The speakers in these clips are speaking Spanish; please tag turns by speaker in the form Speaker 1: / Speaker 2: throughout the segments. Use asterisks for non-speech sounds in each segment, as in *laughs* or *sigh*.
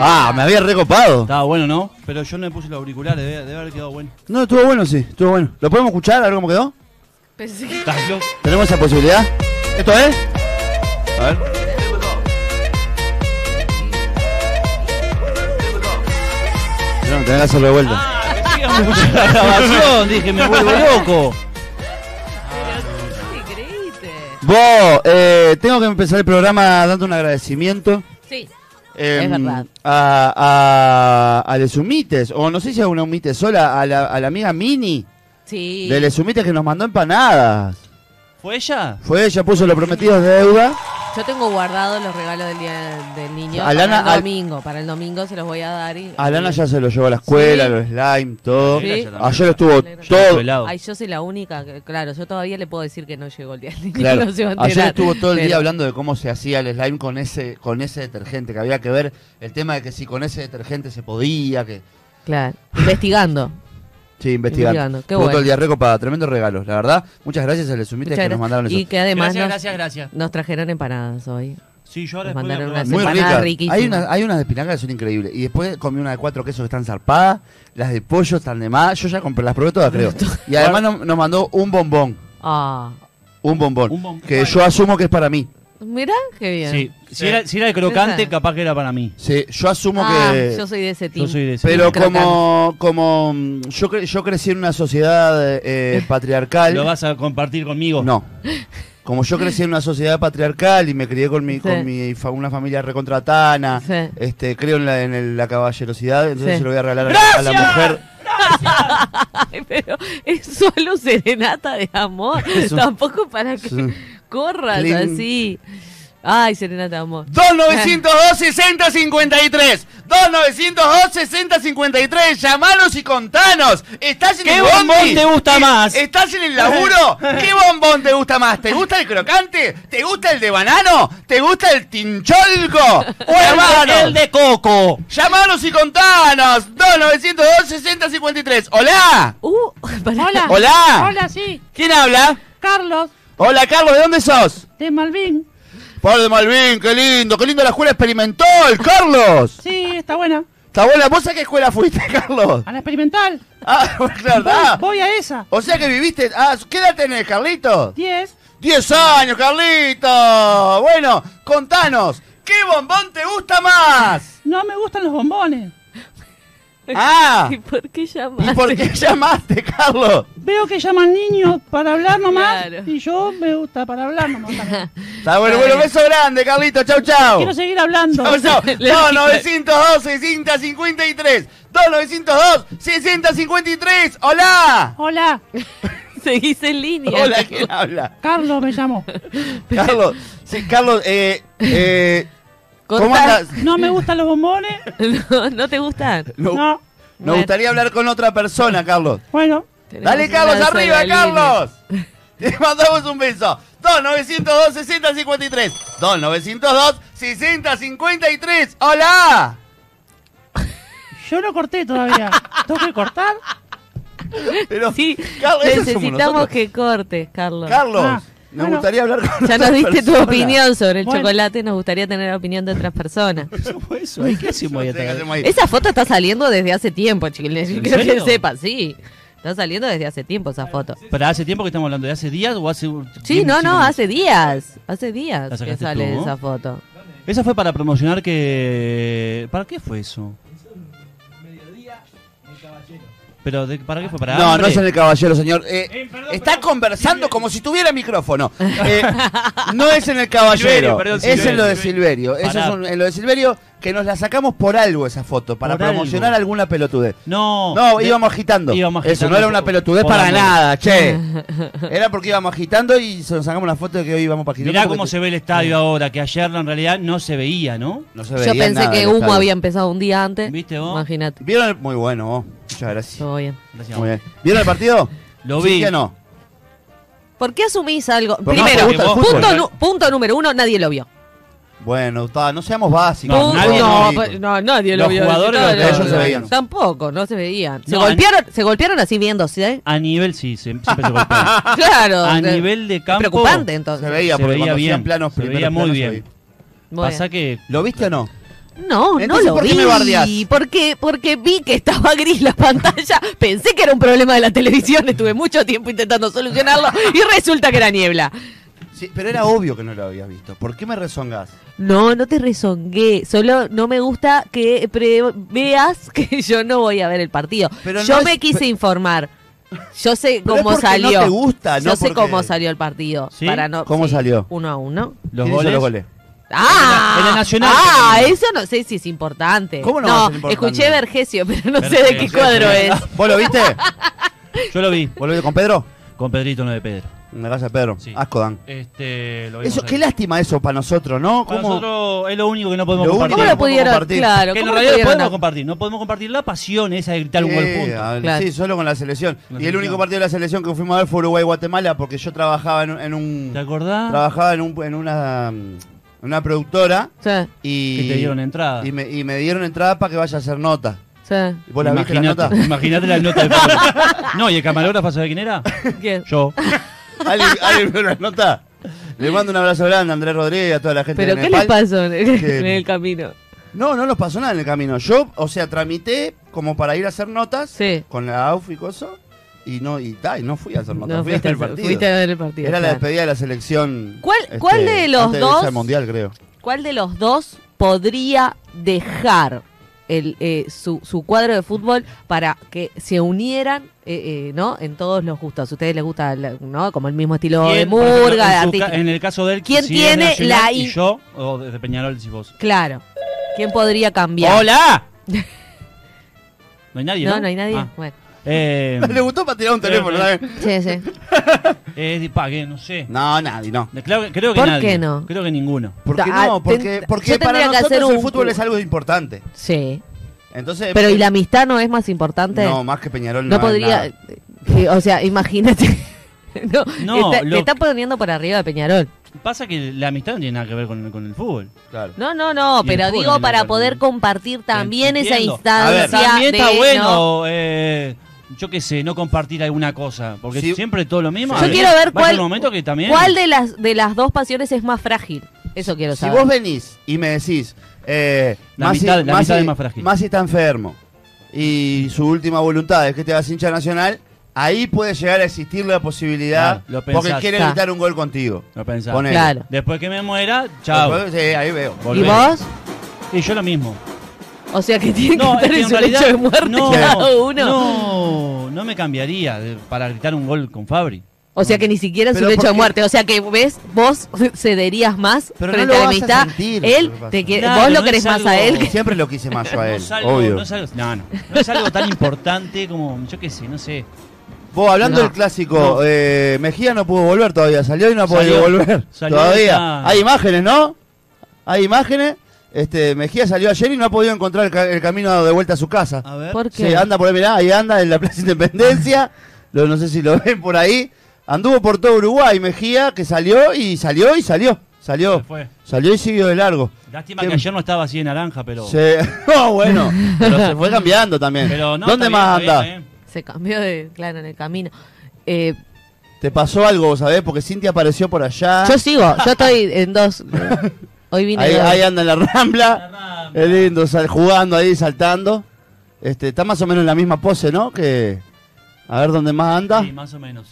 Speaker 1: Ah, me había recopado.
Speaker 2: Estaba bueno, ¿no? Pero yo no le puse los auriculares, debe, debe haber quedado bueno.
Speaker 1: No, estuvo bueno, sí, estuvo bueno. ¿Lo podemos escuchar? A ver cómo quedó.
Speaker 3: Pensé que...
Speaker 2: ¿Estás loco?
Speaker 1: ¿Tenemos esa posibilidad? ¿Esto es?
Speaker 2: A ver.
Speaker 1: No, tenés que hacerlo de vuelta.
Speaker 2: Ah, me sigue mucho la *laughs* grabación, dije, me vuelvo loco.
Speaker 3: Pero tú creíste.
Speaker 1: Vos, eh, tengo que empezar el programa dando un agradecimiento.
Speaker 3: Sí.
Speaker 1: eh,
Speaker 3: Es verdad.
Speaker 1: A, a, a Les Humites, o no sé si a una Humite sola, a la, a la amiga Mini
Speaker 3: Sí.
Speaker 1: de Les Humites que nos mandó empanadas.
Speaker 2: ¿Fue ella?
Speaker 1: Fue ella, puso los prometidos de deuda.
Speaker 3: Yo tengo guardados los regalos del día del niño
Speaker 1: A Lana-
Speaker 3: para
Speaker 1: al-
Speaker 3: el domingo. Para el domingo se los voy a dar. Y...
Speaker 1: A Lana ya se lo llevó a la escuela, los slime, todo.
Speaker 3: Sí.
Speaker 1: Ayer estuvo
Speaker 3: Yo
Speaker 1: todo.
Speaker 2: Pelado.
Speaker 3: Ay, yo soy la única. que- claro, yo todavía le puedo decir que no llegó el día del niño. *laughs*
Speaker 1: Claro.
Speaker 3: no se va a
Speaker 1: Ayer
Speaker 3: enterar,
Speaker 1: estuvo todo el
Speaker 3: pero-
Speaker 1: día hablando de cómo se hacía el slime con ese, con ese detergente, que había que ver el tema de que si con ese detergente se podía, que.
Speaker 3: Claro.
Speaker 1: *laughs*
Speaker 3: Investigando.
Speaker 1: Sí, investigando.
Speaker 3: Investigando, qué
Speaker 1: Estuvo
Speaker 3: bueno.
Speaker 1: todo el día recopada, tremendos regalos, la verdad. Muchas gracias a los sumites
Speaker 3: Muchas
Speaker 1: que
Speaker 3: gracias.
Speaker 1: nos mandaron
Speaker 3: y
Speaker 1: eso.
Speaker 3: que además
Speaker 2: Gracias,
Speaker 3: nos,
Speaker 2: gracias, gracias.
Speaker 3: nos trajeron empanadas hoy.
Speaker 2: Sí, yo ahora después voy a
Speaker 3: Nos mandaron
Speaker 2: probar.
Speaker 3: unas
Speaker 1: Muy ricas.
Speaker 3: empanadas riquísimas.
Speaker 1: Hay unas, hay unas de espinaca que son increíbles. Y después comí una de cuatro quesos que están zarpadas, las de pollo están de más. Yo ya compré, las probé todas,
Speaker 3: *laughs*
Speaker 1: creo. Y además no- nos, mandó un bombón.
Speaker 3: Ah,
Speaker 1: Un bombón.
Speaker 2: Un bombón.
Speaker 1: Que yo asumo que es para mí.
Speaker 3: mirá qué bien.
Speaker 2: Sí, si era, si era el crocante,
Speaker 3: Esa.
Speaker 2: capaz que era para mí.
Speaker 1: Sí, yo asumo
Speaker 3: Ah,
Speaker 1: que.
Speaker 3: yo soy de ese
Speaker 2: Yo
Speaker 3: team.
Speaker 2: soy de ese.
Speaker 1: Pero
Speaker 3: creo que
Speaker 1: como, como mm, yo, cre- yo crecí en una sociedad
Speaker 3: *laughs*
Speaker 1: eh, patriarcal.
Speaker 2: ¿Lo vas a compartir conmigo?
Speaker 1: No. Como yo crecí en una sociedad patriarcal y me crié con mi,
Speaker 3: Sí.
Speaker 1: con mi fa- una familia recontratana,
Speaker 3: Sí.
Speaker 1: este, creo en la, en el- la caballerosidad, entonces
Speaker 3: Sí.
Speaker 1: se lo voy a regalar a, a la mujer.
Speaker 3: *laughs* Ay, pero es solo serenata de amor.
Speaker 1: *laughs* Es un-
Speaker 3: Tampoco para que
Speaker 1: es un-
Speaker 3: corras
Speaker 1: Clean.
Speaker 3: así. Ay, serenata de amor.
Speaker 1: 2902-6053 2902-6053 Llamanos y contanos ¿Estás en
Speaker 2: ¿Qué
Speaker 1: el
Speaker 2: bombón
Speaker 1: bondi?
Speaker 2: te gusta
Speaker 1: ¿E-
Speaker 2: más?
Speaker 1: ¿Estás en el
Speaker 2: *laughs*
Speaker 1: laburo? ¿Qué bombón te gusta más? ¿Te gusta el crocante? ¿Te gusta el de banano? ¿Te gusta el tincholco?
Speaker 2: El de-
Speaker 1: Llamanos.
Speaker 2: el de coco.
Speaker 1: Llamanos y contanos 2902-6053 Hola *laughs*
Speaker 3: Uh, pará.
Speaker 4: Hola.
Speaker 2: Ah.
Speaker 1: Hola
Speaker 4: Hola, sí,
Speaker 1: ¿Quién habla?
Speaker 4: Carlos,
Speaker 1: Hola Carlos, ¿de dónde sos?
Speaker 4: de Malvin.
Speaker 1: Por de Malvin, qué lindo, qué lindo la escuela experimental, Carlos.
Speaker 4: Sí, está buena.
Speaker 1: Tabola, ¿vos a qué escuela fuiste, *laughs* Carlos?
Speaker 4: A la experimental.
Speaker 1: Ah, *laughs*
Speaker 4: Voy,
Speaker 1: verdad.
Speaker 4: voy a esa.
Speaker 1: O sea que viviste. Ah, ¿Qué edad tenés, Carlitos?
Speaker 4: 10.
Speaker 1: ¡Diez años, Carlitos! Bueno, contanos, ¿qué bombón te gusta más?
Speaker 4: No me gustan los bombones.
Speaker 1: Ah,
Speaker 3: ¿Y por qué llamaste?
Speaker 1: ¿y por qué llamaste, Carlos?
Speaker 4: Veo que llaman niños para hablar nomás.
Speaker 3: Claro.
Speaker 4: Y yo me gusta para hablar nomás.
Speaker 2: *laughs*
Speaker 4: también.
Speaker 1: Está bueno, bueno, beso grande, Carlitos. Chau, chau.
Speaker 4: Quiero seguir hablando.
Speaker 1: Chau, chau. 2902 653 2902 653 Hola.
Speaker 4: Hola,
Speaker 3: *laughs* Seguís en línea.
Speaker 1: Hola, ¿quién habla?
Speaker 4: Carlos me llamó.
Speaker 1: Carlos, sí, Carlos, eh, eh, ¿cómo
Speaker 3: Contá-
Speaker 1: andas?
Speaker 4: No me gustan los bombones.
Speaker 3: *laughs* No, no te gustan.
Speaker 1: No.
Speaker 4: No.
Speaker 1: Nos gustaría hablar con otra persona, Carlos.
Speaker 4: Bueno,
Speaker 3: Tenemos
Speaker 1: Dale,
Speaker 3: una
Speaker 1: Carlos,
Speaker 3: sola
Speaker 1: arriba,
Speaker 3: línea.
Speaker 1: Carlos. *laughs* Te mandamos un beso. 2902 6053. 2902 6053. Hola.
Speaker 4: yo no corté todavía. ¿Tengo que cortar?
Speaker 1: Pero,
Speaker 3: Sí,
Speaker 1: Carlos, esos somos
Speaker 3: necesitamos
Speaker 1: nosotros.
Speaker 3: que cortes, Carlos.
Speaker 1: Carlos,
Speaker 4: Ah,
Speaker 1: nos
Speaker 4: bueno.
Speaker 1: gustaría hablar con
Speaker 3: *laughs* ya
Speaker 1: otra
Speaker 3: nos diste
Speaker 1: persona.
Speaker 3: tu opinión sobre el
Speaker 4: Bueno.
Speaker 3: chocolate, nos gustaría tener la opinión de otras personas.
Speaker 2: ¿Cómo eso? ¿Ahí ¿Qué hacemos ahí
Speaker 1: Sí, ¿qué
Speaker 2: atrás?
Speaker 1: hacemos ahí?
Speaker 3: Esa foto está saliendo desde hace tiempo, chiquilines. *laughs* Yo
Speaker 2: ¿En
Speaker 3: quiero que
Speaker 2: serio?
Speaker 3: sepa, sí. Está saliendo desde hace tiempo esa foto.
Speaker 2: ¿Pero hace tiempo que estamos hablando? ¿De hace días o hace.? un-
Speaker 3: Sí, no, no,
Speaker 2: cinco
Speaker 3: hace días. Hace días
Speaker 2: ¿La
Speaker 3: que
Speaker 2: sacaste
Speaker 3: sale
Speaker 2: tú?
Speaker 3: esa foto.
Speaker 2: meses? Esa fue para promocionar que. ¿Para qué fue eso? Pero de- ¿para qué fue? ¿Para
Speaker 1: No,
Speaker 2: hambre?
Speaker 1: no es en el caballero, señor. Eh, está conversando como si
Speaker 2: *laughs*
Speaker 1: tuviera micrófono. Eh, no es en el caballero.
Speaker 2: Silverio, perdón,
Speaker 1: es en
Speaker 2: Silverio.
Speaker 1: lo de Silverio. Eso
Speaker 2: Pará.
Speaker 1: es un- en lo de Silverio que nos la sacamos por algo esa foto, para
Speaker 2: Por algo.
Speaker 1: promocionar alguna pelotudez.
Speaker 2: No.
Speaker 1: No,
Speaker 2: De-
Speaker 1: íbamos agitando.
Speaker 2: íbamos
Speaker 1: Eso
Speaker 2: agitando
Speaker 1: no era una pelotudez
Speaker 2: por
Speaker 1: para
Speaker 2: amor. *laughs*
Speaker 1: nada, che. Era porque íbamos agitando y se nos sacamos una foto de que hoy íbamos para agitar.
Speaker 2: Mirá cómo se ve el estadio ahora, que ayer en realidad no se veía, ¿no?
Speaker 1: No se
Speaker 3: Yo
Speaker 1: veía
Speaker 3: pensé
Speaker 1: nada
Speaker 3: que
Speaker 1: del
Speaker 3: humo
Speaker 1: estadio.
Speaker 3: había empezado un día antes.
Speaker 2: ¿Viste vos?
Speaker 3: Imagínate.
Speaker 1: ¿Vieron? el- Muy bueno, vos. Muchas gracias.
Speaker 3: Todo bien.
Speaker 2: Gracias.
Speaker 1: Muy bien. ¿Vieron el partido?
Speaker 2: Lo
Speaker 1: Sí
Speaker 2: vi.
Speaker 1: que no.
Speaker 3: ¿Por qué asumís algo?
Speaker 1: Porque
Speaker 2: no te
Speaker 3: Primero,
Speaker 2: gusta el
Speaker 3: punto,
Speaker 2: fútbol.
Speaker 3: nu- punto número uno, nadie lo vio.
Speaker 1: Bueno, ta, no seamos básicos.
Speaker 2: No,
Speaker 3: Punto-
Speaker 2: nadie lo
Speaker 3: no,
Speaker 2: vio.
Speaker 3: pa- no, nadie lo
Speaker 2: Los
Speaker 3: vio.
Speaker 2: jugadores
Speaker 3: Todos
Speaker 2: lo-
Speaker 3: lo-
Speaker 1: ellos se veían.
Speaker 3: Tampoco, no se veían. Se
Speaker 2: No,
Speaker 3: golpearon, se golpearon así viéndose,
Speaker 2: *laughs*
Speaker 3: ¿eh?
Speaker 2: A nivel, sí, se, siempre se golpea.
Speaker 1: *laughs*
Speaker 3: Claro.
Speaker 2: A
Speaker 3: eh,
Speaker 2: nivel de campo.
Speaker 3: Preocupante entonces.
Speaker 1: Se veía,
Speaker 2: Se
Speaker 1: porque
Speaker 2: veía
Speaker 1: cuando
Speaker 2: bien,
Speaker 1: hacían planos
Speaker 2: se
Speaker 1: primeros
Speaker 2: veía muy
Speaker 1: planos,
Speaker 2: bien.
Speaker 1: se veía.
Speaker 3: Muy bien.
Speaker 2: Pasa que
Speaker 1: ¿Lo viste o no?
Speaker 3: No, no
Speaker 1: Entonces,
Speaker 3: lo
Speaker 1: ¿por qué
Speaker 3: vi.
Speaker 1: me bardeás?
Speaker 3: Porque, porque vi que estaba *laughs* gris la pantalla. Pensé que era un problema de la televisión. Estuve mucho tiempo intentando solucionarlo y resulta que era niebla.
Speaker 1: Sí, pero era obvio que no lo habías visto. ¿Por qué me rezongas?
Speaker 3: No, no te rezongué. Solo no me gusta que pre- veas *laughs* que yo no voy a ver el partido.
Speaker 1: Pero
Speaker 3: yo
Speaker 1: no
Speaker 3: me
Speaker 1: es-
Speaker 3: quise
Speaker 1: pe-
Speaker 3: informar. Yo sé
Speaker 1: Pero es
Speaker 3: cómo
Speaker 1: porque
Speaker 3: salió.
Speaker 1: No te gusta,
Speaker 3: yo
Speaker 1: ¿no?
Speaker 3: sé
Speaker 1: Porque-
Speaker 3: cómo salió el partido.
Speaker 2: ¿Sí?
Speaker 3: Para no,
Speaker 1: ¿Cómo
Speaker 3: sí,
Speaker 1: salió?
Speaker 3: Uno a uno.
Speaker 2: Los
Speaker 1: ¿Quién hizo
Speaker 2: goles.
Speaker 1: los goles?
Speaker 3: Ah,
Speaker 2: en la Nacional
Speaker 3: ah,
Speaker 2: terminó.
Speaker 3: eso no sé si es importante.
Speaker 1: ¿Cómo no va a ser importante?
Speaker 3: escuché Vergesio, pero no sé de qué
Speaker 2: Vergesio,
Speaker 3: cuadro
Speaker 2: sí.
Speaker 1: *laughs*
Speaker 3: es.
Speaker 1: ¿Vos lo
Speaker 3: *laughs*
Speaker 1: viste?
Speaker 2: Yo lo vi
Speaker 1: ¿Vos lo viste con Pedro?
Speaker 2: con Pedrito 9 Pedro.
Speaker 1: Me casa Pedro.
Speaker 2: Sí.
Speaker 1: Asco dan.
Speaker 2: Este, lo vimos
Speaker 1: Eso,
Speaker 2: ahí.
Speaker 1: qué lástima eso para nosotros, ¿no?
Speaker 2: Para
Speaker 1: ¿Cómo?
Speaker 2: nosotros es lo único que no podemos
Speaker 1: Lo único
Speaker 2: compartir.
Speaker 3: ¿Cómo lo
Speaker 1: Podemos
Speaker 3: pudieron?
Speaker 1: compartir.
Speaker 3: Claro,
Speaker 2: que en
Speaker 3: ¿cómo lo
Speaker 2: realidad lo
Speaker 3: pudieron
Speaker 2: podemos
Speaker 3: a-
Speaker 2: compartir. No podemos compartir la pasión esa de gritar un gol
Speaker 1: Sí,
Speaker 2: juntos.
Speaker 1: al-
Speaker 3: Claro.
Speaker 1: Sí, solo con la selección.
Speaker 2: La
Speaker 1: y el
Speaker 2: selección.
Speaker 1: único partido de la selección que fuimos a ver fue Uruguay-Guatemala porque yo trabajaba en, un- en un...
Speaker 2: ¿Te acordás?
Speaker 1: Trabajaba en, un- en una, mm, una productora
Speaker 3: Sí,
Speaker 1: y...
Speaker 2: Que te dieron entrada.
Speaker 1: y me, y me dieron entrada para que vaya a hacer nota.
Speaker 3: sí.
Speaker 1: ¿Y ¿Vos la viste la nota?
Speaker 2: Imaginate- Imaginate la nota de *laughs* Pablo. No, y el camarógrafo, ¿sabe quién era?
Speaker 3: ¿Quién?
Speaker 2: Yo.
Speaker 1: ¿Alguien, alguien vio la nota? Le mando un abrazo grande a Andrés Rodríguez, a toda la gente
Speaker 3: ¿Pero
Speaker 1: de
Speaker 3: qué
Speaker 1: Nepal.
Speaker 3: les pasó en el,
Speaker 1: que-
Speaker 3: en el camino?
Speaker 1: No, no nos pasó nada en el camino. Yo, o sea, tramité como para ir a hacer notas
Speaker 3: Sí.
Speaker 1: con la AUF y coso. Y no, y, ta, y no fui a hacer notas,
Speaker 3: No,
Speaker 1: fui a hacer
Speaker 3: fuiste,
Speaker 1: el partido.
Speaker 3: fuiste a ver el partido.
Speaker 1: Era la
Speaker 3: claro.
Speaker 1: despedida de la selección. este,
Speaker 3: ¿Cuál- cuál de los
Speaker 1: antes irse
Speaker 3: dos?
Speaker 1: al mundial,
Speaker 3: *laughs*
Speaker 1: creo.
Speaker 3: ¿Cuál de los dos podría dejar el, eh, su, su cuadro de fútbol para que se unieran eh, eh, ¿no? en todos los gustos? A ustedes les gusta la- ¿no? como el mismo estilo de
Speaker 2: ¿Quién, por ejemplo,
Speaker 3: Murga, de
Speaker 2: en, su
Speaker 3: artista.
Speaker 2: ca- en el caso de él,
Speaker 3: ¿Quién
Speaker 2: si es
Speaker 3: tiene
Speaker 2: nacional,
Speaker 3: la
Speaker 2: y
Speaker 3: in-
Speaker 2: yo, o desde Peñarol, si vos.
Speaker 3: Claro. ¿Quién podría cambiar? *laughs*
Speaker 2: ¡Hola! No hay nadie, ¿no?
Speaker 3: No, no hay nadie.
Speaker 2: Ah.
Speaker 3: Bueno.
Speaker 2: Eh,
Speaker 1: Le gustó para tirar un
Speaker 2: Pero,
Speaker 1: teléfono,
Speaker 2: pero-
Speaker 1: ¿sabes?
Speaker 3: Sí, sí.
Speaker 2: eh, di- pa, que no sé.
Speaker 1: No, nadie, no.
Speaker 2: Creo, que- creo que
Speaker 3: ¿Por
Speaker 2: nadie.
Speaker 3: qué no?
Speaker 2: Creo que ninguno.
Speaker 1: ¿Por qué
Speaker 3: Ah,
Speaker 1: no? Porque,
Speaker 3: ten-
Speaker 1: porque
Speaker 3: yo
Speaker 1: para
Speaker 3: tendría que
Speaker 1: nosotros
Speaker 3: hacer
Speaker 1: el
Speaker 3: un
Speaker 1: fútbol
Speaker 3: cu-
Speaker 1: es algo importante.
Speaker 3: Sí.
Speaker 1: Entonces, eh,
Speaker 3: Pero ¿y la amistad no es más importante?
Speaker 1: no, más que Peñarol
Speaker 3: No
Speaker 1: es
Speaker 3: podría.
Speaker 1: nada.
Speaker 3: eh, o sea, imagínate. *laughs* No,
Speaker 2: No,
Speaker 3: está-
Speaker 2: lo-
Speaker 3: te está poniendo por arriba de Peñarol.
Speaker 2: Pasa que la amistad no tiene nada que ver con, con el fútbol.
Speaker 1: Claro.
Speaker 3: No, no, no,
Speaker 2: Y el
Speaker 3: pero
Speaker 2: fútbol
Speaker 3: digo
Speaker 2: tiene
Speaker 3: para
Speaker 2: que
Speaker 3: poder
Speaker 2: ver.
Speaker 3: compartir también esa
Speaker 2: Entiendo.
Speaker 1: A ver.
Speaker 3: instancia.
Speaker 2: También está
Speaker 3: de, ah, ¿no?
Speaker 2: bueno, eh, yo qué sé, no compartir alguna cosa. Porque
Speaker 1: Sí.
Speaker 2: siempre todo lo mismo.
Speaker 1: Yo
Speaker 2: A ver,
Speaker 3: quiero ver
Speaker 2: va a
Speaker 3: cuál-
Speaker 2: ser un momento que también.
Speaker 3: ¿Cuál de las, de las dos pasiones es más frágil? Eso quiero
Speaker 1: Si
Speaker 3: saber.
Speaker 1: vos venís y me decís, eh,
Speaker 2: La mitad- la mitad es más frágil.
Speaker 1: Masi está enfermo y su última voluntad es que te vas hincha nacional, ahí puede llegar a existir la posibilidad
Speaker 2: Ah, lo
Speaker 1: porque
Speaker 2: pensás.
Speaker 1: quiere
Speaker 3: Ah.
Speaker 1: evitar un gol contigo.
Speaker 2: No pensás.
Speaker 1: Poné.
Speaker 3: Claro.
Speaker 2: Después que me muera, chao.
Speaker 1: Después, sí, ahí veo.
Speaker 3: ¿Y
Speaker 2: volvé.
Speaker 3: vos?
Speaker 2: Y yo lo mismo.
Speaker 3: *laughs* O sea, que tiene
Speaker 2: No,
Speaker 3: que
Speaker 2: es
Speaker 3: estar
Speaker 2: que
Speaker 3: en
Speaker 2: en
Speaker 3: su
Speaker 2: realidad-
Speaker 3: lecho de muerte
Speaker 2: no,
Speaker 3: cada uno.
Speaker 2: No, no me cambiaría de- para gritar un gol con Fabri.
Speaker 3: O sea, que ni siquiera en su
Speaker 1: Pero
Speaker 3: lecho de
Speaker 1: porque-
Speaker 3: muerte. O sea, que ves, vos *laughs* cederías más
Speaker 1: Pero no lo
Speaker 3: frente a la
Speaker 1: vas a
Speaker 3: amistad.
Speaker 1: sentir,
Speaker 3: él
Speaker 1: lo que pasa.
Speaker 3: te quiere-
Speaker 2: Claro,
Speaker 3: vos lo
Speaker 2: no
Speaker 3: querés
Speaker 2: es
Speaker 3: más a
Speaker 2: algo-
Speaker 3: él que
Speaker 1: Siempre lo quise más yo a él,
Speaker 2: No es algo,
Speaker 1: obvio.
Speaker 2: No es algo, no, no, no es algo tan importante como, yo qué sé, no sé.
Speaker 1: Vos, hablando
Speaker 3: No.
Speaker 1: del clásico,
Speaker 2: No.
Speaker 1: eh, Mejía no pudo volver todavía, salió y no ha podido
Speaker 2: Salió.
Speaker 1: volver
Speaker 2: *laughs* Salió
Speaker 1: todavía.
Speaker 2: esa-
Speaker 1: Hay imágenes, ¿no? Hay imágenes. Este, Mejía salió ayer y no ha podido encontrar el, ca- el camino de vuelta a su casa.
Speaker 2: A ver.
Speaker 3: ¿Por
Speaker 1: Sí,
Speaker 3: qué?
Speaker 1: anda por ahí, mirá, ahí anda en la Plaza
Speaker 3: *laughs*
Speaker 1: Independencia. Lo- no sé si lo ven por ahí. Anduvo por todo Uruguay, Mejía, que salió y salió y salió.
Speaker 2: Se
Speaker 1: Salió.
Speaker 2: fue.
Speaker 1: Salió y siguió de largo.
Speaker 2: Lástima
Speaker 1: ¿Qué-
Speaker 2: que ayer no estaba así de naranja, pero.
Speaker 1: Se... *laughs* No, bueno. Pero se fue cambiando también.
Speaker 2: pero no,
Speaker 1: ¿Dónde
Speaker 2: está
Speaker 1: más
Speaker 2: bien, está
Speaker 1: anda?
Speaker 2: bien, eh. está bien.
Speaker 3: Se cambió de, claro, en el camino. Eh,
Speaker 1: ¿Te pasó algo, vos sabés? Porque Cintia apareció por
Speaker 2: Ah.
Speaker 1: allá.
Speaker 3: yo sigo, yo estoy
Speaker 2: *laughs*
Speaker 3: en dos. Hoy vine.
Speaker 1: Ahí,
Speaker 3: de-
Speaker 1: ahí anda en la rambla.
Speaker 2: La Rambla.
Speaker 1: Es lindo, sal- jugando ahí, saltando. Este, está más o menos en la misma pose, ¿no? Que. A ver dónde más anda.
Speaker 2: Sí, más o menos.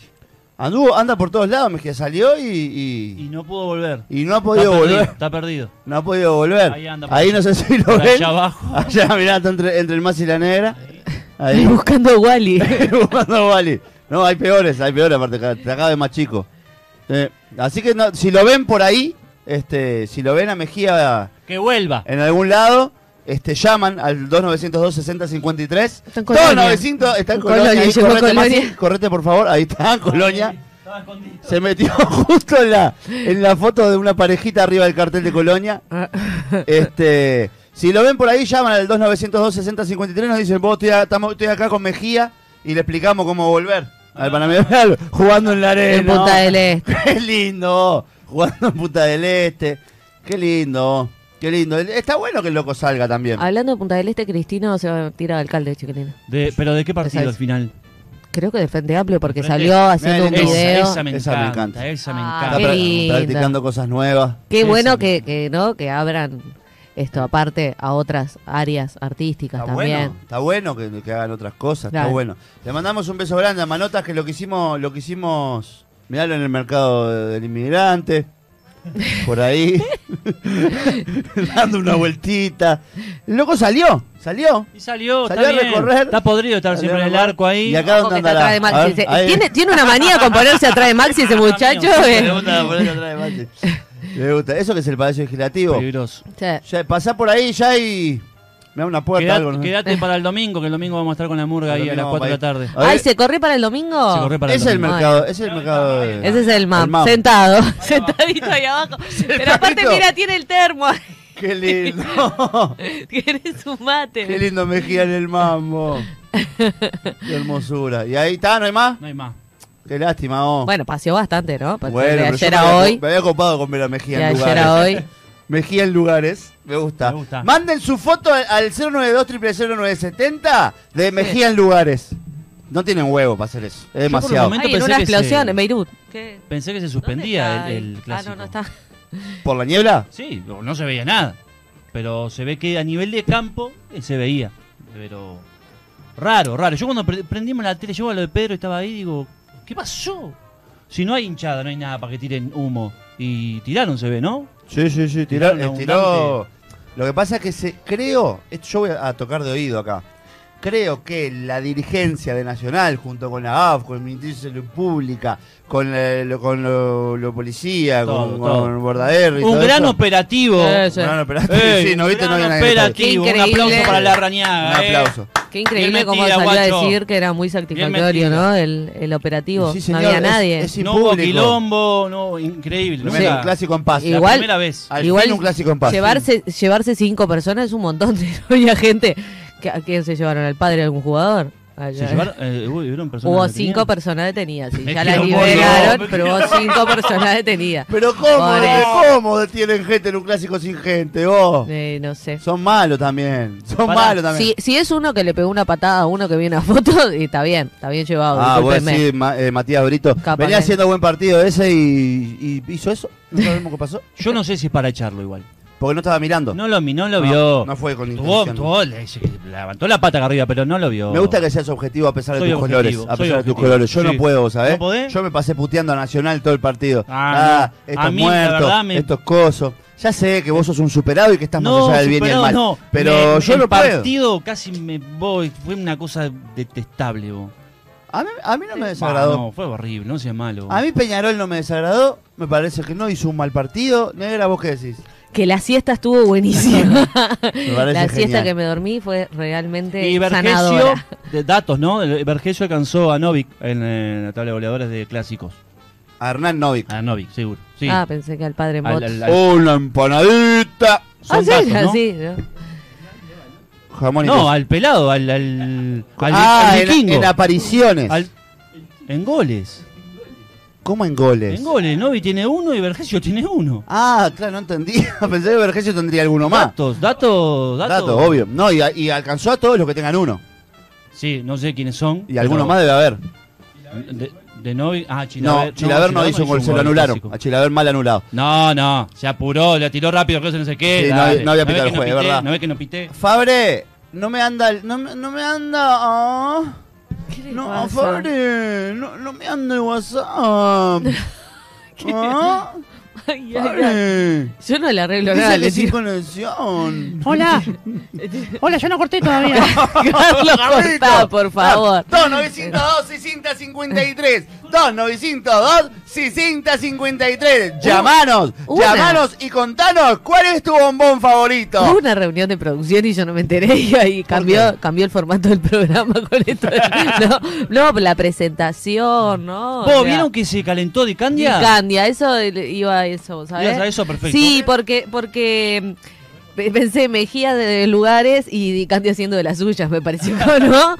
Speaker 1: Anduvo, anda por todos lados, Mejía salió y- y...
Speaker 2: Y no pudo volver.
Speaker 1: Y no ha
Speaker 2: Está
Speaker 1: podido
Speaker 2: perdido,
Speaker 1: volver.
Speaker 2: está perdido.
Speaker 1: No ha podido volver. Ahí,
Speaker 2: Ahí anda por allá.
Speaker 1: no sé si lo
Speaker 2: Por
Speaker 1: ven.
Speaker 2: allá abajo.
Speaker 1: *laughs* Allá, mirá, está entre, entre el más y la negra.
Speaker 3: Estoy
Speaker 2: *laughs*
Speaker 1: Ahí. *laughs* Eh,
Speaker 3: buscando a Wally.
Speaker 1: Buscando Bali. No, hay peores, hay peores, aparte, ca- te acaba de más chico. Eh, así que no- si lo ven por ahí, este, si lo ven a Mejía
Speaker 2: Que vuelva.
Speaker 1: en algún lado, este, llaman al 2902-6053.
Speaker 3: Está en Colonia.
Speaker 1: 2900, está en
Speaker 3: Colonia,
Speaker 1: Colonia. ahí,
Speaker 3: llegó a
Speaker 1: correte,
Speaker 3: Colonia.
Speaker 1: Masi, correte, por favor, ahí está, Colonia.
Speaker 2: Ay, Estaba escondido.
Speaker 1: Se metió *laughs* justo en la, en la foto de una parejita arriba del cartel de Colonia.
Speaker 3: Ah.
Speaker 1: Este, si lo ven por ahí, llaman al 2902-6053, nos dicen, vos estoy, a- tamo- estoy acá con Mejía y le explicamos cómo volver al Panamericano *laughs* jugando en la arena.
Speaker 3: En Punta
Speaker 1: *laughs*
Speaker 3: del Este.
Speaker 1: Qué lindo, jugando en Punta del Este. Qué lindo, qué lindo. Está bueno que el loco salga también.
Speaker 3: Hablando de Punta del Este, Cristino se va a tirar alcalde, chiquilina.
Speaker 2: De- pero de qué partido
Speaker 3: Esa
Speaker 2: al
Speaker 3: es.
Speaker 2: final?
Speaker 3: Creo que de Frente Amplio, porque
Speaker 2: Frente-
Speaker 3: salió haciendo un
Speaker 1: Esa-
Speaker 3: video.
Speaker 2: me
Speaker 1: Esa me
Speaker 2: encanta.
Speaker 1: encanta.
Speaker 2: Esa me
Speaker 3: Ah,
Speaker 2: encanta.
Speaker 1: Está
Speaker 3: qué
Speaker 1: pra-
Speaker 3: lindo.
Speaker 1: practicando cosas nuevas.
Speaker 3: Qué
Speaker 2: esa
Speaker 3: bueno
Speaker 2: me-
Speaker 3: que, que, ¿no? que abran esto aparte a otras áreas artísticas
Speaker 1: Está
Speaker 3: también.
Speaker 1: bueno, está bueno que, que hagan otras cosas,
Speaker 3: Claro.
Speaker 1: está bueno. Le mandamos un beso grande a Manotas, que lo que hicimos, lo que hicimos, miralo en el mercado del inmigrante, por
Speaker 3: *laughs*
Speaker 1: ahí, dando una vueltita. El loco salió, salió.
Speaker 4: Y salió,
Speaker 1: Salió
Speaker 4: está
Speaker 1: a
Speaker 4: bien.
Speaker 1: recorrer.
Speaker 4: Está podrido estar siempre en el arco ahí.
Speaker 1: Y acá
Speaker 3: Ojo
Speaker 1: donde
Speaker 3: que está atrás de Maxi.
Speaker 1: andará. A ver,
Speaker 3: Se-
Speaker 1: ahí.
Speaker 3: ¿Tiene, tiene una manía con ponerse atrás
Speaker 1: *laughs*
Speaker 3: de Maxi ese muchacho. eh.
Speaker 1: Le gusta ponerse atrás de Maxi. Le gusta. Eso que es el Palacio Legislativo.
Speaker 2: Peligroso.
Speaker 3: Sí.
Speaker 1: Ya, pasá por ahí, ya hay... Me da una puerta,
Speaker 4: Quedate,
Speaker 1: algo. ¿no?
Speaker 4: quedate para el domingo, que el domingo vamos a estar con la murga
Speaker 1: El
Speaker 4: ahí a las
Speaker 1: domingo
Speaker 4: 4 de la
Speaker 1: vamos
Speaker 4: tarde.
Speaker 1: A ver,
Speaker 3: Ay, ¿se corrió para el domingo?
Speaker 2: Se corre para
Speaker 1: ese es el
Speaker 2: domingo.
Speaker 1: mercado, ese es el mercado. de-
Speaker 3: Ese es el MAM,
Speaker 1: El MAM.
Speaker 3: sentado,
Speaker 1: *laughs*
Speaker 3: sentadito ahí abajo. Pero aparte,
Speaker 1: Sentadito.
Speaker 3: mira, tiene el termo. *laughs*
Speaker 1: Qué lindo.
Speaker 3: Tiene su
Speaker 1: Qué
Speaker 3: mate.
Speaker 1: lindo Mejía en el mambo. Qué hermosura. Y ahí está, ¿no hay más?
Speaker 4: No hay más.
Speaker 1: Qué lástima, oh.
Speaker 3: Bueno, pues paseó bastante, ¿no? Porque
Speaker 1: Bueno,
Speaker 3: de
Speaker 1: pero yo
Speaker 3: ayer
Speaker 1: me
Speaker 3: a
Speaker 1: había-
Speaker 3: hoy.
Speaker 1: Me había copado con ver a Mejía
Speaker 3: De
Speaker 1: en
Speaker 3: ayer
Speaker 1: lugares.
Speaker 3: a
Speaker 2: *laughs*
Speaker 3: hoy.
Speaker 1: Mejía en lugares. Me gusta.
Speaker 4: Me gusta.
Speaker 1: Manden su foto al- al 092 de Mejía en lugares. No tienen huevo para hacer eso.
Speaker 2: Yo
Speaker 1: Es
Speaker 2: por un
Speaker 1: demasiado.
Speaker 2: momento-
Speaker 1: Por,
Speaker 3: Ay, en
Speaker 2: pensé
Speaker 3: una
Speaker 2: que se-
Speaker 3: explosión en Beirut. ¿Qué?
Speaker 2: Pensé que se
Speaker 3: ¿Dónde
Speaker 2: suspendía
Speaker 3: está
Speaker 2: el,
Speaker 3: ahí?
Speaker 2: el clásico.
Speaker 3: Ah, no, no está.
Speaker 1: la niebla?
Speaker 2: Sí, no no se veía nada. Pero se ve que a nivel de campo eh, se veía. Pero raro, raro. Yo cuando pre- prendimos la tele, yo a lo de Pedro estaba ahí digo, ¿qué pasó? Si no hay hinchada, no hay nada para que tiren humo. Y tiraron, se ve, ¿no?
Speaker 1: Sí, sí, sí. Tiró,
Speaker 2: Tiraron
Speaker 1: estiró. Lo que pasa es que se, creo, esto yo voy a tocar de oído acá. Creo que la dirigencia de Nacional, junto con la AF, con el Ministerio de Salud Pública, con la- lo, con lo, lo policía,
Speaker 2: Todo,
Speaker 1: con,
Speaker 2: todo.
Speaker 1: con Bordaer y
Speaker 2: Un
Speaker 1: todo
Speaker 2: gran
Speaker 1: eso.
Speaker 2: operativo.
Speaker 3: Eh,
Speaker 1: Un gran operativo.
Speaker 2: Ey,
Speaker 1: sí, no
Speaker 2: un
Speaker 1: viste, no
Speaker 2: gran
Speaker 1: había nadie en el estadio.
Speaker 2: operativo.
Speaker 3: Qué
Speaker 2: Un aplauso
Speaker 3: increíble.
Speaker 2: para la rañaga.
Speaker 1: Un
Speaker 2: eh.
Speaker 1: aplauso.
Speaker 3: Qué increíble
Speaker 2: Bien
Speaker 3: cómo
Speaker 2: metida,
Speaker 3: salió a
Speaker 2: guacho.
Speaker 3: decir que era muy satisfactorio,
Speaker 2: metida.
Speaker 3: ¿no? El, el operativo.
Speaker 1: Sí,
Speaker 3: no
Speaker 1: señor,
Speaker 3: había
Speaker 1: es-
Speaker 3: nadie.
Speaker 1: es- sin
Speaker 2: no hubo
Speaker 1: público.
Speaker 2: quilombo, no, increíble.
Speaker 1: No
Speaker 2: nunca.
Speaker 1: me un clásico en paz.
Speaker 3: Y-
Speaker 2: La
Speaker 3: Igual-
Speaker 2: primera vez.
Speaker 1: Al
Speaker 3: Igual
Speaker 1: fin un clásico en paz.
Speaker 3: Llevarse, llevarse cinco personas es un montón de *laughs* no había gente. que ¿A quién se llevaron? ¿Al padre de algún jugador? Allá.
Speaker 2: Se llevaron, eh, uy, hubieron personas
Speaker 3: Hubo
Speaker 2: que tenían-
Speaker 3: cinco personas detenidas, sí.
Speaker 2: Me
Speaker 3: Ya las
Speaker 2: quiero
Speaker 3: liberaron,
Speaker 2: morir.
Speaker 3: pero hubo cinco personas detenidas.
Speaker 1: Pero cómo,
Speaker 3: Pobre.
Speaker 1: cómo detienen gente en un clásico sin gente, vos.
Speaker 3: Eh, no sé.
Speaker 1: Son malos también. Son
Speaker 2: Pará.
Speaker 1: malos también.
Speaker 3: Si, si es uno que le pegó una patada a uno que vio una foto, *laughs* y está bien, está bien llevado.
Speaker 1: Ah, vos
Speaker 3: Oh, discúlpenme.
Speaker 1: decís, Ma- eh, Matías Brito.
Speaker 3: Capaz
Speaker 1: Venía
Speaker 3: que-
Speaker 1: haciendo buen partido ese y, y hizo eso. No
Speaker 3: *laughs*
Speaker 1: sabemos qué pasó.
Speaker 2: Yo no sé si es para echarlo igual.
Speaker 1: Porque no estaba mirando.
Speaker 2: No lo, mi- no lo vio.
Speaker 1: No fue con
Speaker 2: Tuvo,
Speaker 1: intención.
Speaker 2: tuvo- le- se- levantó la pata acá arriba, pero no lo vio.
Speaker 1: Me gusta que seas objetivo a pesar de
Speaker 2: Soy
Speaker 1: tus
Speaker 2: objetivo,
Speaker 1: colores.
Speaker 2: soy
Speaker 1: A pesar de tus
Speaker 2: objetivo.
Speaker 1: colores. Yo
Speaker 2: Sí.
Speaker 1: no puedo, ¿sabés?
Speaker 2: ¿No podés?
Speaker 1: Yo me pasé puteando a Nacional todo el partido. Ah,
Speaker 2: Ah, no.
Speaker 1: estos
Speaker 2: A mí, la
Speaker 1: muertos,
Speaker 2: verdad, me-
Speaker 1: estos cosos. Ya sé que vos sos un superado y que estás más allá del bien y el
Speaker 2: superado
Speaker 1: mal.
Speaker 2: no.
Speaker 1: Pero
Speaker 2: Me-
Speaker 1: yo
Speaker 2: el
Speaker 1: no puedo.
Speaker 2: partido casi me voy. Fue una cosa detestable, vos.
Speaker 1: A mí, a mí no me
Speaker 2: Ah,
Speaker 1: desagradó.
Speaker 2: No, fue horrible, no seas malo.
Speaker 1: A mí Peñarol no me desagradó. Me parece que no hizo un mal partido. Negra, ¿vos qué decís?
Speaker 3: Que la siesta estuvo buenísima.
Speaker 1: *laughs*
Speaker 3: *laughs*
Speaker 1: Me parece
Speaker 3: la siesta
Speaker 1: genial.
Speaker 3: que me dormí fue realmente
Speaker 2: Y Vergesio,
Speaker 3: sanadora.
Speaker 2: de datos, ¿no? El- Vergesio alcanzó a Novik en eh, la tabla de goleadores de clásicos.
Speaker 1: A Hernán Novik.
Speaker 2: A Novik, seguro. Sí.
Speaker 3: Ah, pensé que al padre
Speaker 2: Al-
Speaker 3: Mott.
Speaker 2: al- al-
Speaker 1: Una empanadita.
Speaker 3: Ah,
Speaker 2: son
Speaker 3: sí,
Speaker 2: datos, ¿no?
Speaker 3: así, ¿no? *laughs*
Speaker 1: Jamón y
Speaker 2: No,
Speaker 1: queso.
Speaker 2: al pelado, al, al, al,
Speaker 1: ah,
Speaker 2: al
Speaker 1: en- en,
Speaker 2: vikingo.
Speaker 1: apariciones.
Speaker 2: Al- en goles.
Speaker 1: ¿Cómo en goles?
Speaker 2: En goles. Novi tiene uno y Vergesio tiene uno.
Speaker 1: Ah, claro, no entendí. *laughs* Pensé que Vergesio tendría alguno más.
Speaker 2: Datos, datos, datos.
Speaker 1: Ah. Datos, obvio. No, y, a- y alcanzó a todos los que tengan uno.
Speaker 2: Sí, no sé quiénes son.
Speaker 1: Y alguno
Speaker 2: pero-
Speaker 1: más debe haber.
Speaker 2: De, de Novi. Ah, Chilaver.
Speaker 1: No, Chilaver no, hizo un gol, se lo anularon.
Speaker 2: clásico.
Speaker 1: A Chilaver mal anulado.
Speaker 2: No, no. Se apuró, la tiró rápido, que eso no sé qué.
Speaker 1: Sí, no
Speaker 2: dale.
Speaker 1: había- no había pitado
Speaker 2: ves
Speaker 1: el
Speaker 2: que
Speaker 1: juego, es
Speaker 2: pité?
Speaker 1: verdad.
Speaker 2: No ve que no pité.
Speaker 1: Fabre, no me anda. el- No, me- no me anda. ah.
Speaker 3: ¿Qué le
Speaker 1: No,
Speaker 3: pasa?
Speaker 1: Fabre, no, no me anda el
Speaker 3: *laughs*
Speaker 1: WhatsApp. ¿Ah?
Speaker 3: Ay, ay, ay.
Speaker 1: Fabre.
Speaker 3: Yo no le arreglo nada.
Speaker 1: Dice que
Speaker 3: Le
Speaker 1: sin
Speaker 3: tiro
Speaker 1: conexión.
Speaker 2: *laughs*
Speaker 4: Hola. Hola, yo no corté todavía.
Speaker 3: *laughs*
Speaker 1: *laughs*
Speaker 3: Carlos, cortá, por favor.
Speaker 1: 2902 653 2902 653 Llamanos,
Speaker 3: Uh. Una.
Speaker 1: llamanos y contanos cuál es tu bombón
Speaker 3: Hubo
Speaker 1: favorito.
Speaker 3: una reunión de producción y yo no me enteré y ahí cambió, cambió el formato del programa con esto. de- *laughs* no, no, la presentación, ¿no? O
Speaker 2: ¿Vos
Speaker 3: sea,
Speaker 2: vieron que se calentó Di
Speaker 3: y
Speaker 2: Candia?
Speaker 3: Candia, eso de- iba a eso, ¿sabes?
Speaker 2: Ibas a eso, perfecto.
Speaker 3: Sí, porque, porque mm, pe- pensé Mejía de, de lugares y Di Candia haciendo de las suyas, me pareció, *laughs* ¿no?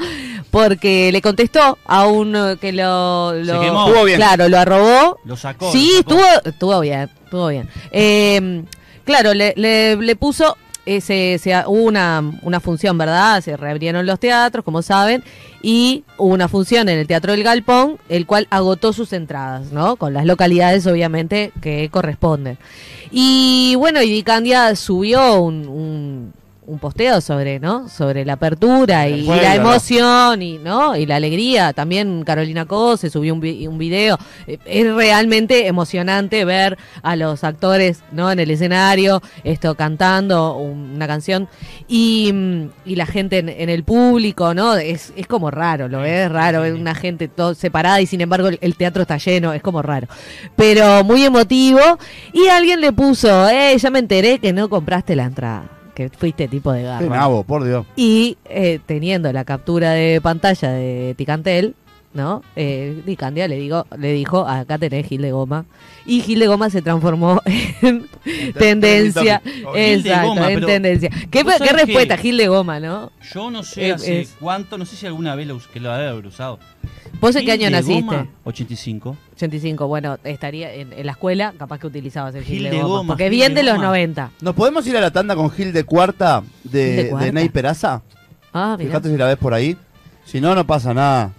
Speaker 3: Porque le contestó a uno que lo... lo-
Speaker 2: quemó.
Speaker 1: Estuvo bien.
Speaker 3: Claro, lo arrobó
Speaker 2: Lo sacó. lo
Speaker 3: Sí,
Speaker 2: sacó.
Speaker 3: estuvo, estuvo bien, estuvo bien. Eh, claro, Em, le, le- le puso, eh, se, se ha- hubo una, una función, ¿verdad? Se reabrieron los teatros, como saben, y hubo una función en el Teatro del Galpón, el cual agotó sus entradas, ¿no? Con las localidades, obviamente, que corresponden. Y bueno, y Vicandia subió un, un- un posteo sobre, ¿no? Sobre la apertura y,
Speaker 1: Fue
Speaker 3: la
Speaker 1: ídolo.
Speaker 3: emoción y, ¿no? Y la alegría. También Carolina Cose subió un, vi- un video. Eh, Es realmente emocionante ver a los actores, ¿no? En el escenario, esto cantando un- una canción y, mm, y la gente en, en el público, ¿no? Es, es como raro, lo ves, es raro, ver una gente todo separada y sin embargo el- el teatro está lleno, es como raro pero muy emotivo. Y alguien le puso, eh, ya me enteré que no compraste la entrada, que fuiste tipo de
Speaker 1: Qué
Speaker 3: garra.
Speaker 1: nabo, por Dios.
Speaker 3: Y eh, teniendo la captura de pantalla de Ticantel, ¿no? Eh, Ticandia le, digo, le dijo, acá tenés Gil de Goma. Y Gil de Goma se transformó *laughs* en tendencia.
Speaker 2: Oh,
Speaker 3: eh.
Speaker 2: Gil de
Speaker 3: Exacto,
Speaker 2: Goma,
Speaker 3: en
Speaker 2: pero-
Speaker 3: tendencia. ¿Qué,
Speaker 2: ¿Vos
Speaker 3: qué
Speaker 2: sabés que-
Speaker 3: respuesta, Gil de Goma, no?
Speaker 2: Yo no sé
Speaker 3: Eh,
Speaker 2: hace
Speaker 3: es-
Speaker 2: cuánto, no sé si alguna vez lo, us- que lo debe haber usado.
Speaker 3: ¿Vos en qué
Speaker 2: Gil de
Speaker 3: año naciste?
Speaker 2: Goma, 85.
Speaker 3: 85, bueno, estaría en, en la escuela, capaz que utilizabas el Gil, de, goma,
Speaker 2: Goma,
Speaker 3: Porque
Speaker 2: Gil
Speaker 3: bien
Speaker 2: de
Speaker 3: de, los
Speaker 2: Goma.
Speaker 3: 90.
Speaker 1: ¿Nos podemos ir a la tanda con Gil de Cuarta
Speaker 3: Gil
Speaker 1: de,
Speaker 3: de
Speaker 1: de
Speaker 3: Cuarta.
Speaker 1: Ney Peraza?
Speaker 3: Ah, mirá.
Speaker 1: Fíjate si la ves por ahí. Si no, no pasa nada.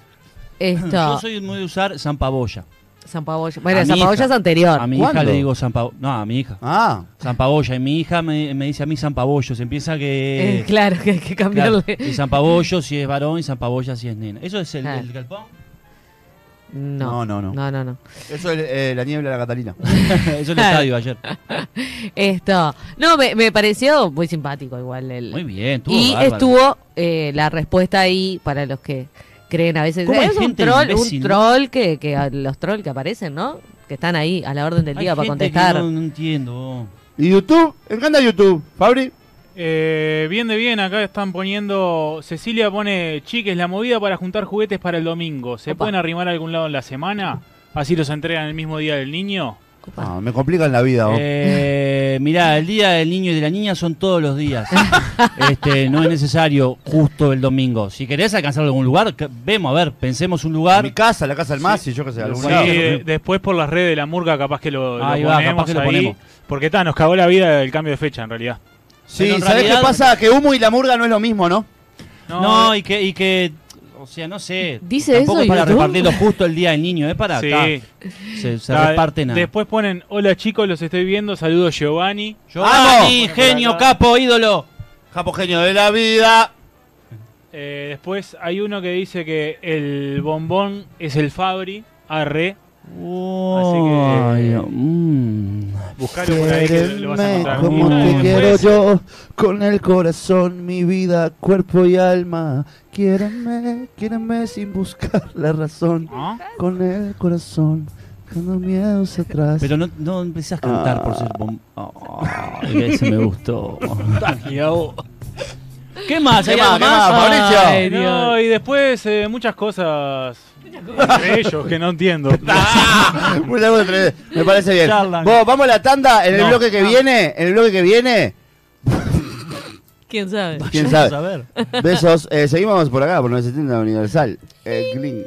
Speaker 3: Esto,
Speaker 2: Yo soy muy de usar zampaboya.
Speaker 3: Zampaboya. Bueno,
Speaker 2: A mi
Speaker 3: Zampaboya
Speaker 2: hija.
Speaker 3: es anterior.
Speaker 2: A mi
Speaker 1: ¿Cuándo?
Speaker 2: hija le digo zampaboya. No, a mi hija.
Speaker 1: Ah,
Speaker 2: Zampaboya. Y mi hija me, me dice a mí zampabollos. Empieza que...
Speaker 3: Eh, *laughs* claro, que hay que
Speaker 2: Claro,
Speaker 3: cambiarle.
Speaker 2: y zampabollo si es varón y zampaboya si es nena. ¿Eso es el,
Speaker 3: Ah.
Speaker 2: el galpón? *laughs*
Speaker 3: No,
Speaker 1: No, no, no.
Speaker 3: No, no, no.
Speaker 1: eso es eh, la niebla de la
Speaker 3: *laughs*
Speaker 1: Catalina.
Speaker 2: Eso es el estadio ayer.
Speaker 3: Esto. No, me, me pareció muy simpático igual. El,
Speaker 2: Muy bien, estuvo
Speaker 3: y
Speaker 2: bárbaro.
Speaker 3: estuvo eh, la respuesta ahí para los que creen a veces.
Speaker 2: ¿Cómo hay
Speaker 3: es un
Speaker 2: gente
Speaker 3: troll, un
Speaker 2: imbécil, no?
Speaker 3: troll que, que a los trolls que aparecen, ¿no? Que están ahí a la orden del
Speaker 2: Hay
Speaker 3: día para
Speaker 2: gente que
Speaker 3: contestar.
Speaker 2: No, no entiendo. vos.
Speaker 1: ¿Y YouTube? ¿En qué anda YouTube? ¿Fabri?
Speaker 4: Eh, bien de bien, acá están poniendo. Cecilia pone, chiques, la movida para juntar juguetes para el domingo. ¿Se
Speaker 3: Opa.
Speaker 4: pueden arrimar a algún lado en la semana? Así los entregan el mismo día del niño.
Speaker 3: Opa.
Speaker 1: Ah, me complican la vida. vos.
Speaker 2: Eh, mirá, el día del niño y de la niña son todos los
Speaker 1: *laughs*
Speaker 2: días. este, no es necesario justo el domingo. Si querés alcanzarlo en algún lugar, que- vemos, a ver, pensemos un
Speaker 1: A Mi
Speaker 2: lugar.
Speaker 1: casa, la casa del Masi, yo qué sé, algún
Speaker 4: Sí,
Speaker 1: lado.
Speaker 4: eh, después por las redes de la murga, capaz que lo, lo
Speaker 2: Ahí va,
Speaker 4: ponemos
Speaker 2: capaz que lo
Speaker 4: ahí.
Speaker 2: ponemos.
Speaker 4: Porque está, nos cagó la vida el cambio de fecha en realidad.
Speaker 1: Sí,
Speaker 2: Pero en
Speaker 1: ¿sabés
Speaker 2: realidad-
Speaker 1: qué pasa? Que humo y la murga no es lo mismo, ¿no?
Speaker 2: No,
Speaker 4: eh,
Speaker 2: y, que, y que, o sea, no sé.
Speaker 3: Dice
Speaker 2: tampoco
Speaker 3: eso
Speaker 2: es para
Speaker 3: YouTube.
Speaker 2: repartirlo justo el día del niño, es para.
Speaker 4: Sí.
Speaker 2: ta, se se
Speaker 4: Ta-
Speaker 2: reparte nada.
Speaker 4: Después ponen, hola chicos, los estoy viendo, saludos Giovanni.
Speaker 2: Giovanni,
Speaker 1: ¡Vamos!
Speaker 2: Ah, genio, capo, ídolo.
Speaker 1: Japo genio de la vida.
Speaker 4: Eh, después hay uno que dice que el bombón es el Fabri, arre.
Speaker 2: Uy, mm.
Speaker 4: Buscalo por Pues ahí que lo, lo vas a Pues encontrar.
Speaker 2: Quiéreme como
Speaker 4: Y
Speaker 2: te
Speaker 4: después,
Speaker 2: quiero
Speaker 1: yo, con el corazón, mi vida, cuerpo y alma. Quiéreme, quiéreme sin buscar la razón,
Speaker 4: ¿no?
Speaker 1: con el corazón, con los miedos atrás.
Speaker 2: Pero no, no empecé a cantar por ser bom... Ay, ese me
Speaker 1: *laughs*
Speaker 2: gustó. *laughs* ¿Qué más?
Speaker 1: ¿Qué
Speaker 2: ¿Hay
Speaker 1: más?
Speaker 2: algo
Speaker 1: ¿Qué más, Fabricio?
Speaker 2: Ay, Dios.
Speaker 4: No, y después eh, muchas cosas entre ellos que no entiendo.
Speaker 1: *laughs* Muy largo de tres. Me parece bien.
Speaker 2: Charlan.
Speaker 1: Vos, vamos a la tanda en el
Speaker 2: No.
Speaker 1: bloque que viene. En el bloque que viene.
Speaker 2: *laughs*
Speaker 3: ¿Quién sabe?
Speaker 1: ¿Quién
Speaker 2: Vamos
Speaker 1: sabe?
Speaker 2: a ver.
Speaker 1: Besos. Eh, seguimos por acá, por 970 Universal. Eh, Glyn.